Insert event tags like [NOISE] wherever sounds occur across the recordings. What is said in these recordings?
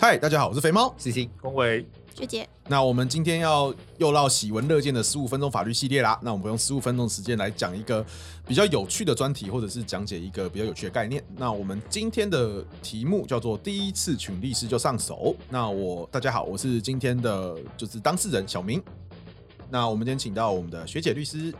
嗨，大家好，我是肥猫。 C C，恭维，学姐，那我们今天要又到喜闻乐见的十五分钟法律系列啦。那我们用十五分钟的时间来讲一个比较有趣的专题，或者是讲解一个比较有趣的概念。那我们今天的题目叫做“第一次请律师就上手”。那我大家好，我是今天的就是当事人小明。那我们今天请到我们的学姐律师，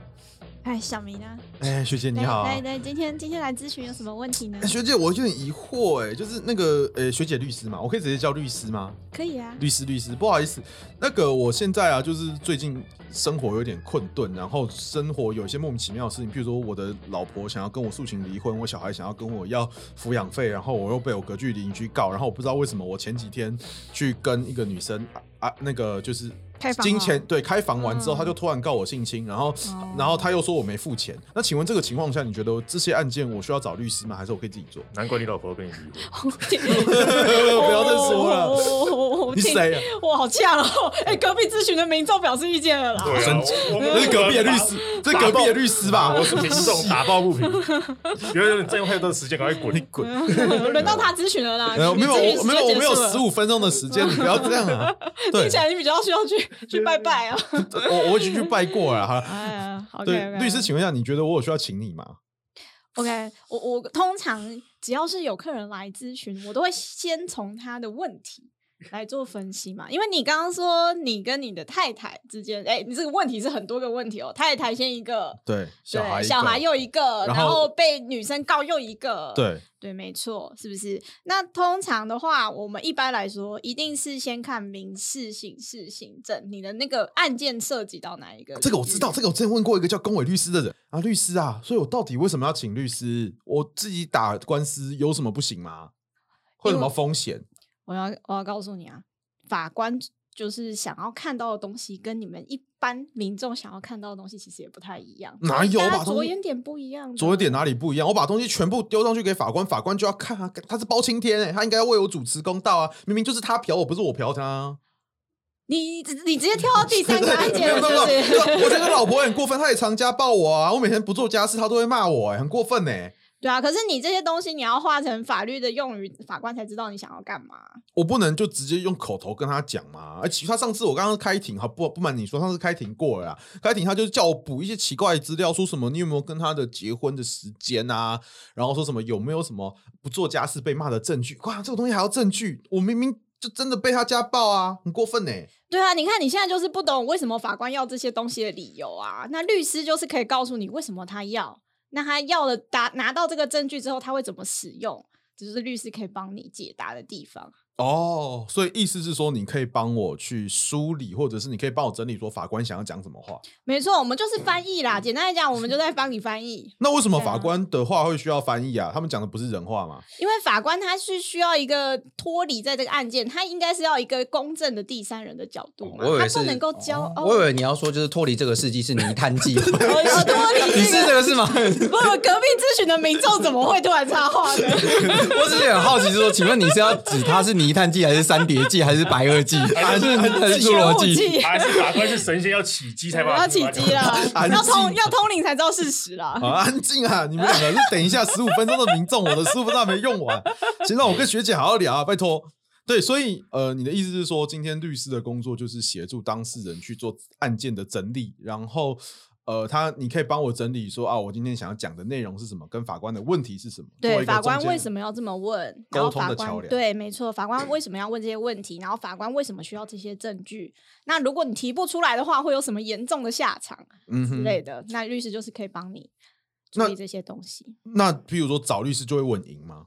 哎，小明啊，哎，学姐你好。来来，今天今天来咨询有什么问题呢哎，？学姐，我有点疑惑，哎，就是那个，呃，学姐律师嘛，我可以直接叫律师吗？可以啊，律师，律师，不好意思，那个我现在啊，就是最近生活有点困顿，然后生活有一些莫名其妙的事情，譬如说我的老婆想要跟我诉请离婚，我小孩想要跟我要抚养费，然后我又被我隔壁邻居告，然后我不知道为什么我前几天去跟一个女生啊啊，那个就是开房金吗钱对开房完之后，嗯她就突然告我性侵，然后然后她又说我没付钱，那请问这个情况下，你觉得这些案件我需要找律师吗？还是我可以自己做？难怪你老婆跟你离 [LAUGHS] 婚。 [LAUGHS] 不不要再说了了你谁啊？哇，好呛哦！哎，隔壁咨询的民众表示意见了啦。对神啊经，我 [LAUGHS] 这是隔壁的律师， [LAUGHS] 这是隔壁的律师吧？啊我我是民众， [LAUGHS] 啊打抱不平。有人占用太多时间，赶快滚！滚！轮到他咨询了啦，没有你没有咨询我没有我没有时间结十束了五分钟的时间，你不要这样 [LAUGHS] 啊！对听起，来你比较需要去去拜拜啊。我我已经去拜过了 [LAUGHS] 哈。哎呀对， ，OK，律师，请问一下，你觉得我有需要请你吗？ OK，我我通常只要是有客人来咨询，我都会先从他的问题来做分析嘛。因为你刚刚说你跟你的太太之间，哎、你这个问题是很多个问题哦，太太先一个，对，对小孩一个，小孩又一个，然然后后被女生告又一个，对，对，没错，是不是？那通常的话，我们一般来说一定是先看民事、刑事、行政，你的那个案件涉及到哪一个？这个我知道，这个我之前问过一个叫龚伟律师的人啊，律师啊，所以我到底为什么要请律师？我自己打官司有什么不行吗？会有什么风险？我要我要告诉你啊，法官就是想要看到的东西，跟你们一般民众想要看到的东西其实也不太一样，哪有大把家东着西眼点不一样的。着眼点哪里不一样？我把东西全部丢上去给法官，法官就要看啊，他是包青天哎、他应该要为我主持公道啊！明明就是他嫖我，不是我嫖他、啊。你你你直接跳到第三个案没有件没有了，没有是不是？对我觉得老婆很过分，她也常家暴我啊！我每天不做家事，她都会骂我、哎，很过分哎、 [LAUGHS] 对啊，可是你这些东西你要化成法律的用语，法官才知道你想要干嘛。我不能就直接用口头跟她讲嘛。而且她上次我刚刚开庭，好不不瞒你说，上次开庭过了啦，啊开庭她就叫我补一些奇怪的资料，说什么你有没有跟她的结婚的时间啊？然后说什么有没有什么不做家事被骂的证据？哇，这个东西还要证据？我明明就真的被她家暴啊，很过分哎、对啊，你看你现在就是不懂为什么法官要这些东西的理由啊。那律师就是可以告诉你为什么他要，那他要了达拿到这个证据之后，他会怎么使用，这就是律师可以帮你解答的地方。哦，所以意思是说，你可以帮我去梳理，或者是你可以帮我整理，说法官想要讲什么话。没错，我们就是翻译啦。简单来讲，我们就在帮你翻译，那为什么对啊法官的话会需要翻译啊？他们讲的不是人话吗？因为法官他是需要一个脱离在这个案件，他应该是要一个公正的第三人的角度嘛，哦我以为他是哦不能够哦骄傲。我以为你要说就是脱离这个世纪是泥炭 [LAUGHS] 纪，我要哦脱离你是这这个，个是吗？ [LAUGHS] 不，隔壁咨询的民众怎么会突然插话 [LAUGHS] 呢？我只是很好奇，说请问你是要指它是泥炭纪，还是三叠纪，还是白垩纪，还是还是侏罗武纪？器，还是法官是神仙要起鸡才把 [LAUGHS] 要起机啦，安静要通要通灵才知道事实啦。啊，安静啊！你们两个是等一下十五分钟的民众，我的十五分钟还没用完，先让我跟学姐好好聊啊，拜托。对，所以呃，你的意思是说，今天律师的工作就是协助当事人去做案件的整理，然后呃，他你可以帮我整理说啊，我今天想要讲的内容是什么，跟法官的问题是什么？对，法官为么？什么要这么问？沟然后通法的桥官梁对，没错，法官为什么要问这些问题？然后法官为什么需要这些证据？那如果你提不出来的话，会有什么严重的下场嗯之哼，类的？那律师就是可以帮你处那理这些东西。那譬如说找律师就会稳赢吗？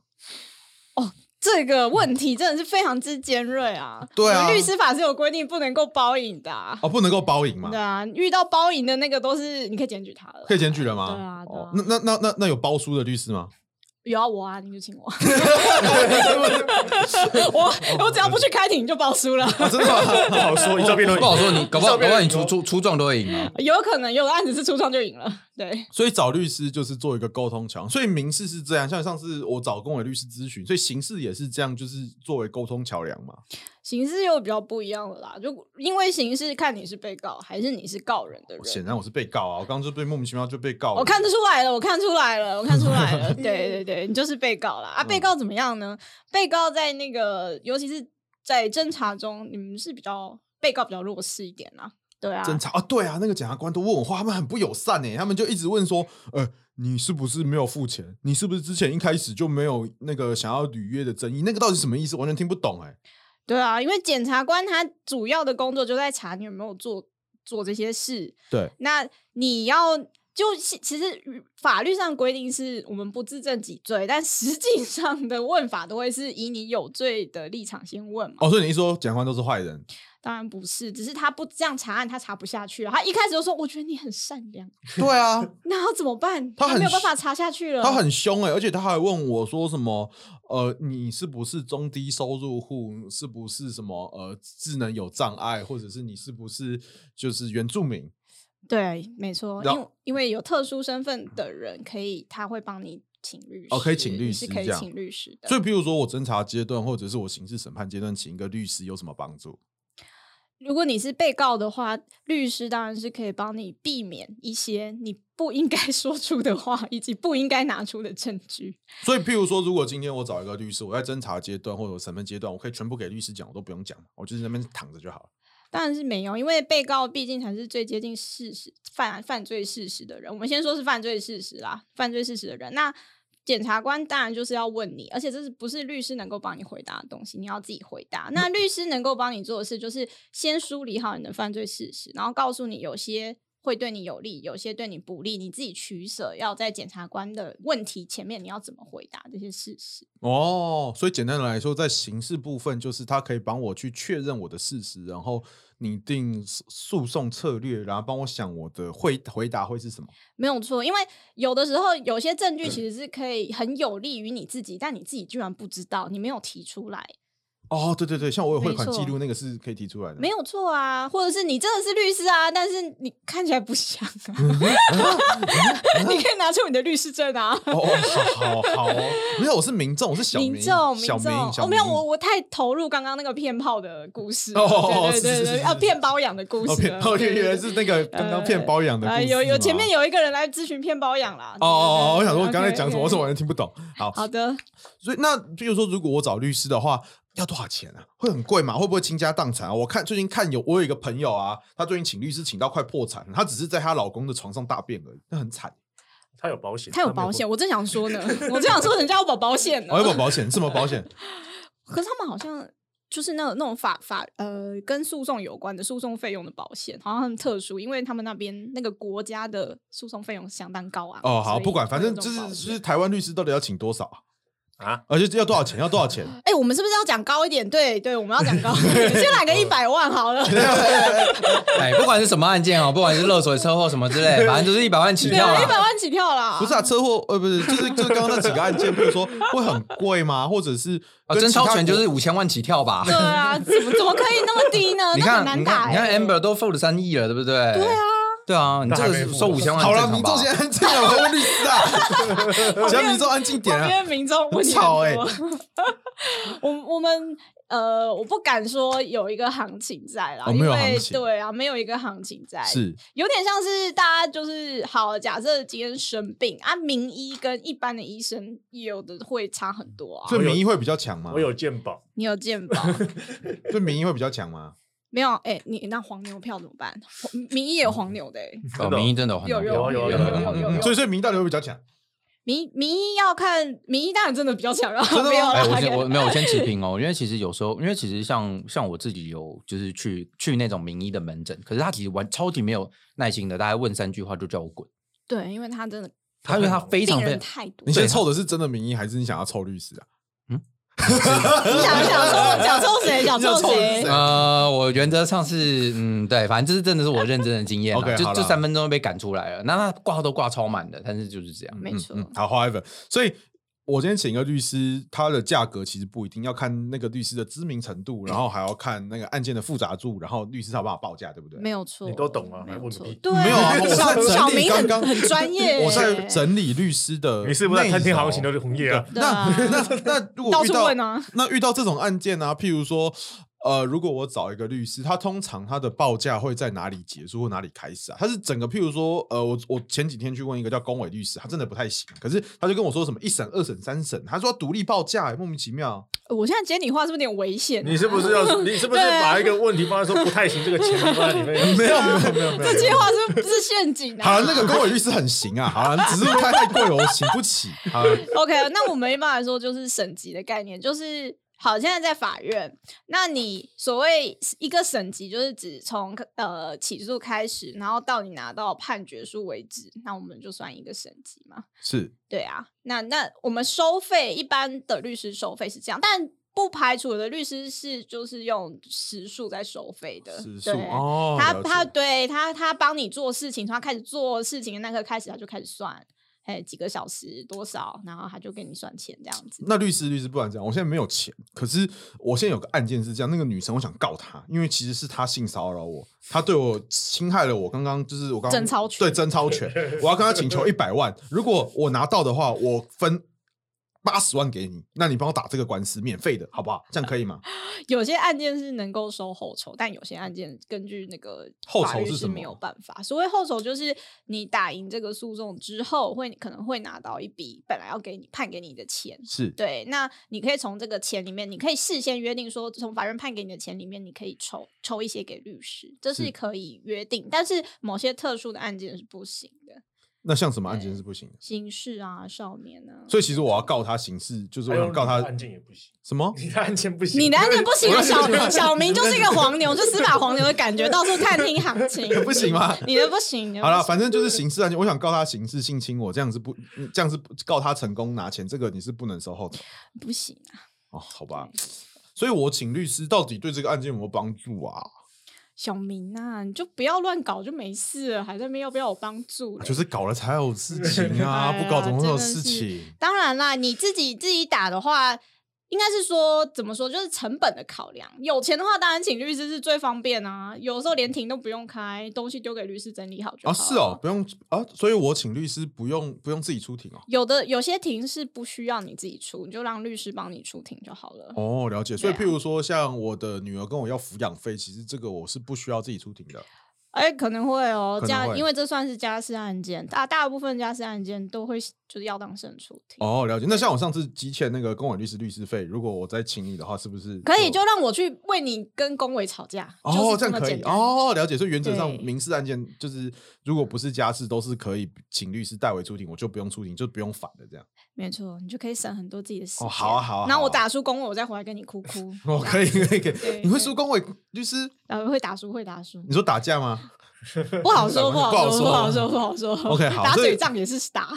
这个问题真的是非常之尖锐啊！ [LAUGHS] 对啊我们律师法是有规定不能够包赢的、 [LAUGHS] 啊。哦，不能够包赢吗对？啊，遇到包赢的那个都是你可以检举他了，可以检举了吗？对啊对啊哦，那那那那那有包输的律师吗？有啊我啊，你就请 [LAUGHS] 我， [LAUGHS] 我我只要不去开庭就包输了。啊，真的吗？ [LAUGHS] 不好说，一照辩论不好说，你搞不好一照搞辩不好论你出出出撞都会赢啊。有可能有的案子是初创就赢了，对，所以找律师就是做一个沟通桥，所以民事是这样，像上次我找公委律师咨询，所以刑事也是这样，就是作为沟通桥梁嘛。刑事又比较不一样了啦，就因为刑事看你是被告还是你是告人的哦显人。然我是被告啊，我刚刚就被莫名其妙就被告了。我看得出来了，我看出来了，我看出来了。对对对，你就是被告啦。啊！嗯被告怎么样呢？被告在那个，尤其是在侦查中，你们是比较被告比较弱势一点啦。对啊，侦查啊，对啊，那个检察官都问我话，他们很不友善欸呢，他们就一直问说，呃，你是不是没有付钱？你是不是之前一开始就没有那个想要履约的争议？那个到底是什么意思？完全听不懂哎。对啊，因为检察官他主要的工作就在查你有没有做做这些事。对，那你要就其其实法律上规定是我们不自证己罪，但实际 [LAUGHS] 上的问法都会是以你有罪的立场先问嘛。哦，所以你一说检察官都是坏人，当然不是，只是他不这样查案，他查不下去了。他一开始就说：“我觉得你很善良。 [LAUGHS] 对啊，”那要怎么办？他他很没有办法查下去了。他很凶哎、而且他还问我说什么？呃，你是不是中低收入户？是不是什么呃智能有障碍，或者是你是不是就是原住民？对，没错，然因为因为有特殊身份的人可以，他会帮你请律师，哦可以请律你师是可以这样请律师的。所以，比如说我侦查阶段，或者是我刑事审判阶段，请一个律师有什么帮助？如果你是被告的话，律师当然是可以帮你避免一些你不应该说出的话，以及不应该拿出的证据。所以，譬如说，如果今天我找一个律师，我在侦查阶段或者审判阶段，我可以全部给律师讲，我都不用讲，我就在那边躺着就好了。当然是没有，因为被告毕竟才是最接近事实犯犯罪事实的人。我们先说是犯罪事实啦，犯罪事实的人。那检察官当然就是要问你，而且这是不是律师能够帮你回答的东西，你要自己回答。那律师能够帮你做的事，就是先梳理好你的犯罪事实，然后告诉你有些会对你有利，有些对你不利，你自己取舍，要在检察官的问题前面，你要怎么回答这些事实。哦，所以简单的来说，在刑事部分，就是他可以帮我去确认我的事实，然后拟定诉诉讼策略，然后帮我想我的回回答会是什么。没有错，因为有的时候有些证嗯据其实是可以很有利于你自己，但你自己居然不知道，你没有提出来，哦，对对对，像我有汇没款记错录，那个是可以提出来的。没有错啊，或者是你真的是律师啊，但是你看起来不像嗯啊， [LAUGHS] 你可以拿出你的律师证啊。哦，哦好好好哦，没有，我是民众，我是小民民众，民小众，民，小哦，没有，民我我太投入刚刚那个骗炮的故事了，哦哦哦是对对是对是对，是啊，是骗包养的故哦事骗了，哦，对原对原来对是那 [LAUGHS] 个刚刚骗包养的故啊，事有有前吗面有一个人来咨询骗包养啦，哦哦哦，我对对对想 [LAUGHS] 说刚才讲什么，我 OK，OK 怎么完全听不懂。好，好的，所以那比如说，如果我找律师的话，要多少钱啊？会很贵吗？会不会倾家荡产啊？我看最近看有我有一个朋友啊，她最近请律师请到快破产了，她只是在她老公的床上大便而已，那很惨。他有保险，他有保险，我正想说呢，我正想说人家要保保险呢哦，。要不要保险？什么保险？可是他们好像就是那种那种法法呃跟诉讼有关的诉讼费用的保险，好像很特殊，因为他们那边那个国家的诉讼费用相当高昂。哦，好，所以不管，反会有正这就是种保就险是台湾律师到底要请多少啊？啊，而且要多少钱？要多少钱？哎、我们是不是要讲高一点？对对，我们要讲高一点，先来个一百万好了。 [LAUGHS] 哎，不管是什么案件哦，不管是勒索、车祸什么之类，反正就是一百万起对跳啊，一百啦。万起跳啦！不是啊，车祸呃不是，就是就是刚刚那几个案件，比如说会很贵吗？或者是啊，跟真其他超权国就是五千万起跳吧对？啊，怎么怎么可以那么低呢？ [LAUGHS] 你那很看，难你打、看，欸。你看 Amber 都付了三亿了，对不对？对啊，对啊，你这那还个没付收五千万好很了，正常民吧众？先安静啊，我还问律师 [LAUGHS] 啊，其他民众安静点旁啊。边民众问题很吵多欸 [LAUGHS] 我我们呃，我不敢说有一个行情在啦，哦因没为有行情对啊，没有一个行情在，是有点像是大家就是好，假设今天生病啊，名医跟一般的医生也有的会差很多 [LAUGHS] 啊所。以民意会比较强吗？我有鉴保，你有健保 [LAUGHS] 所以民意会比较强吗？没有？哎、你那黄牛票怎么办？ [LAUGHS] 黄名医也有黄牛 [LAUGHS] 的、欸，哦，真的民意真的很有有有有 [LAUGHS] 有有有有所以所以民意到底会比较强？名名医要看名医，当然真的比较强啊，真的吗 [LAUGHS] 没有啦哎，我开先我没有，我先持平哦，因为其实有时候，因为其实像像我自己有就是去去那种名医的门诊，可是他其实完超级没有耐心的，大概问三句话就叫我滚，对，因为他真的他因为他非常病非人常太多你，现在凑的是真的民意，还是你想要凑律师啊？你想想说想抽谁？想抽 [LAUGHS] 你想抽谁谁？呃，我原则上是嗯对，反正这是真的是我认真的经验 [LAUGHS] 啊 OK，啦，就好啦就三分钟就被赶出来了，那他挂都挂超满的，但是就是这样，没错嗯嗯好，however，所以我今天请一个律师，他的价格其实不一定要看那个律师的知名程度，然后还要看那个案件的复杂度，然后律师才有办法报价，对不对？没有错，你都懂啊没有还问个错屁，对啊，没有啊我在整小理小明很刚刚很专业欸，我在整理律师的，你是不是在探听行情的红叶啊？对啊那那那如果 [LAUGHS] 到遇处到问啊，那遇到这种案件啊，譬如说，呃，如果我找一个律师，他通常他的报价会在哪里结束或哪里开始啊？他是整个，譬如说，呃，我我前几天去问一个叫龚伟律师，他真的不太行，可是他就跟我说什么一审、二审、三审，他说要独立报价、欸莫名其妙。呃我现在接你话是不是有点危险啊、你是不是要？你是不是对啊把一个问题放在说不太行这个前提放在里面？没有没有没有没有，没有这句话是不是陷阱好啊了，那个龚伟律师很行啊，好了，只是太太贵了，我请不起。好了， ？OK，那啊我们一般来说就是省级的概念，就是好，现在在法院，那你所谓一个省级，就是指从呃起诉开始，然后到你拿到判决书为止，那我们就算一个省级嘛。是对啊，那那我们收费一般的律师收费是这样，但不排除有的律师是就是用时数在收费的，是 [LAUGHS] 对。哦，他了解他对他他帮你做事情，从他开始做事情的那刻开始，他就开始算，哎，几个小时多少，然后他就给你算钱这样子。那律师，律师不然这样，我现在没有钱，可是我现在有个案件是这样，那个女生我想告她，因为其实是她性骚扰我，她对我侵害了我刚刚就是我刚刚贞操权对贞操权，我要跟她请求一百万，如果我拿到的话，我分。八十万给你，那你帮我打这个官司，免费的，好不好？这样可以吗？有些案件是能够收后酬，但有些案件根据那个后法酬律是是什么没有办法。所谓后酬，就是你打赢这个诉讼之后，会可能会拿到一笔本来要给你判给你的钱。是对，那你可以从这个钱里面，你可以事先约定说，从法院判给你的钱里面，你可以抽抽一些给律师，这是是可以约定。但是某些特殊的案件是不行的，那像什么案件是不行的？刑事啊、少年啊。所以其实我要告他刑事，就是我想告还他有你的案件也不行，什么？。你的案件不行，你的案件不行啊，我小小明就是一个黄牛，就司法黄牛的感觉，到处探听行情不行吗？你的不行，你的好了，不行反正就是刑事案件，我想告他刑事性侵我，这样是不，嗯这样是不告他成功拿钱，这个你是不能收后头不行啊。哦，好吧。所以我请律师，到底对这个案件有没有帮助啊？小明啊，你就不要乱搞，就没事了，还在那边要不要我帮助嘞？就是搞了才有事情啊， [LAUGHS] 哎呀不搞怎么会有真的事是情？当然啦，你自己自己打的话，应该是说怎么说，就是成本的考量。有钱的话，当然请律师是最方便啊，有时候连庭都不用开，东西丢给律师整理好就啊，好。是哦，。不用啊，所以我请律师不用不用自己出庭哦。有的有些庭是不需要你自己出，你就让律师帮你出庭就好了。哦，了解。所以譬对啊如说，像我的女儿跟我要抚养费，其实这个我是不需要自己出庭的。哎、可能会哦，可能家会因为这算是家事案件，大大部分家事案件都会就是要当胜出庭。哦，了解。那啊像我上次积欠那个公委律师律师费，如果我再请你的话，是不是可以就让我去为你跟工委吵架，哦，就是这这样么可简以单。哦，了解。所以原则上，对民事案件就是如果不是家事，都是可以请律师代为出庭，我就不用出庭，就不用烦了。这样没错，你就可以省很多自己的时间。哦好啊好啊然后我好啊打输工委，我再回来跟你哭 [LAUGHS] 哭。哦，可以可以可对以。你会对说公委律师？然后会打输，会打输你，说打架吗？不好 [LAUGHS] 说，不不好好说说，不好说，不好说。 [LAUGHS] [LAUGHS] OK，好打所以嘴仗也是 [LAUGHS] 打。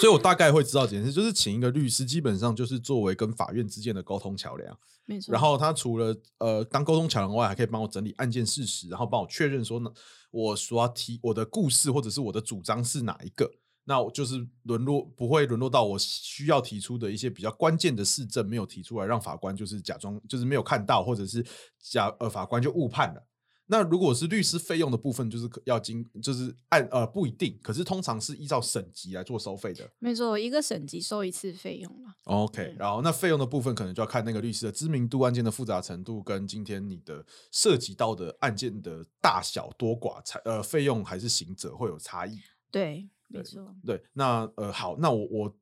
所以我大概会知道这件事，就是请一个律师，基本上就是作为跟法院之间的沟通桥梁。没错。然后他除了呃当沟通桥梁外，还可以帮我整理案件事实，然后帮我确认说呢，我所要提我的故事或者是我的主张是哪一个。那我就是沦落不会沦落到我需要提出的一些比较关键的事证没有提出来，让法官就是假装就是没有看到，或者是假呃法官就误判了。那如果是律师费用的部分，就是可要经就是按呃不一定，可是通常是依照省级来做收费的。没错，一个省级收一次费用了。 OK，然后那费用的部分可能就要看那个律师的知名度、案件的复杂程度，跟今天你的涉及到的案件的大小多寡，才呃费用还是行者会有差异。对，对没错。对，那呃好，那我我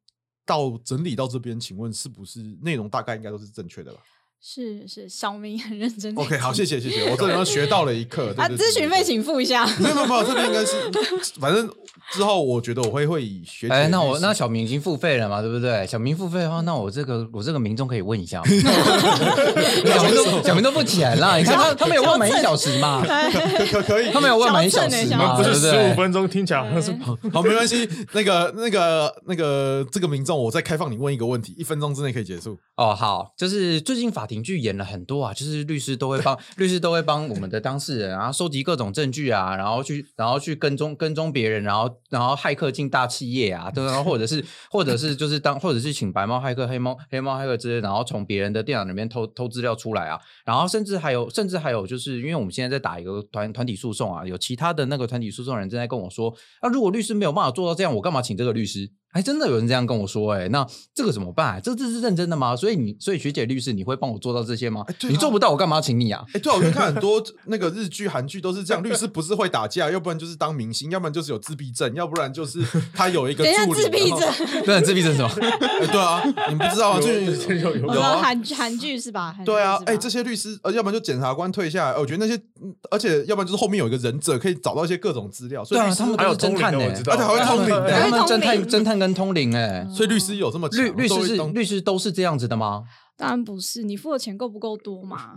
到整理到这边，请问是不是内容大概应该都是正确的吧是是，小明很认真在听。 ？OK，好，谢谢谢谢，我这里面学到了一 [LAUGHS] 课。对啊，咨询费。请付 [LAUGHS] 一下。对对对没有没有没有，这边应该是，反正之后我觉得我会会以学姐哎，那律我师那小明已经付费了嘛，对不对？小明付费的话，那我这个我这个民众可以问一 [LAUGHS] 下吗，小明都小明都付钱了，你看他他们有问满一小时嘛，可可可以， [LAUGHS] 他们有问满一小矫时正欸嘛，矫哦不啊对是不十对五？分钟听起来好像是好，没关系。那个、那个、那个，这个民众，我再开放你问一个问题，一分钟之内可以结束。哦，好，就是最近法庭剧演了很多啊， [LAUGHS] 就是律师都会帮 [LAUGHS] 律师都会帮我们的当事人啊收集各种证据啊，然后去然后去跟踪跟踪别人，然后然后骇客进大企业啊，对，然后或者是 [LAUGHS] 或者是就是当或者是请白猫骇客、黑猫黑猫骇客之类，然后从别人的电脑里面偷偷资料出来啊，然后甚至还有甚至还有就是因为我们现在在打一个团团体诉啊讼啊，有其他的那个团体诉讼人正在跟我说，那、如果律师没有办法做到这样，我干嘛请这个律师？还真的有人这样跟我说、哎，那这个怎么办、这这是认真的吗？所以你，所以学姐律师，你会帮我做到这些吗？哎对啊你做不到，我干嘛要请你啊？哎、对啊，我就看很多那个日剧、韩剧都是这样，律师不是会打架，要不然就是当明星，要不然就是有自闭症，要不然就是他有一个等一下，助理。自闭然后症，对，啊自闭症是什么？哎、对啊，你们不知道吗？就哦有 [LAUGHS] 是有有我有啊说韩韩剧是吧？韩剧对啊是，吧哎、这些律师，呃，要不然就检察官退下来，呃我觉得那些，嗯而且要不然就是后面有一个忍者可以找到一些各种资料，所对以啊律师他们还有通灵都的，是我侦探欸知啊道，对还会通灵的对还他会们侦通探灵侦探跟通灵、哎、所以律师有这么强律律嗯都师会是当 [LAUGHS] 律师都是这样子的吗？当然不是，你付的钱够不够多 [LAUGHS] 嘛？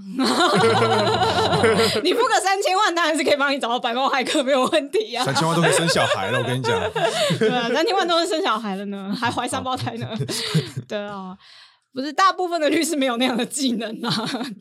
你付个三千万，当然是可以帮你找到百万骇客，没有问题啊。三千万都可以生小孩了，我跟你讲，对啊，三千万都是生小孩了呢，还怀三胞胎 [LAUGHS] 呢。对啊，不是大部分的律师没有那样的技能啊。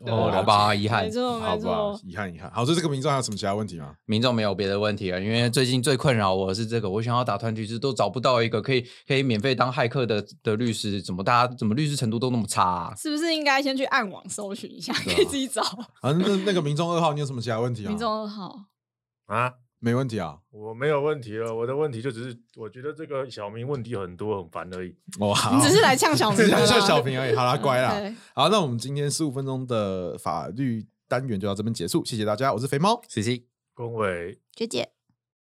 对哦哦，了好解啊，吧，遗憾没，[LAUGHS] 错好没吧错，，遗憾遗憾。好，所以这个民众还有什么其他问题吗？民众没有别的问题了，因为最近最困扰我的是这个，我想要打团体制都找不到一个可以可以免费当骇客的的律师，怎么大家怎么律师程度都那么差、啊？是不是应该先去暗网搜寻一下，对啊可以自己找啊，那那个民众二号，你有什么其他问题啊？民众号？ [LAUGHS] 啊。没问题啊。我没有问题了，我的问题就只是我觉得这个小明问题很多，很烦而已。哦，好你只是来呛小明只的 [LAUGHS] 是啦，像小平而已。好啦，乖啦。对好，那我们今天十五分钟的法律单元就到这边结束，谢谢大家，我是肥猫。 C C。恭维学姐。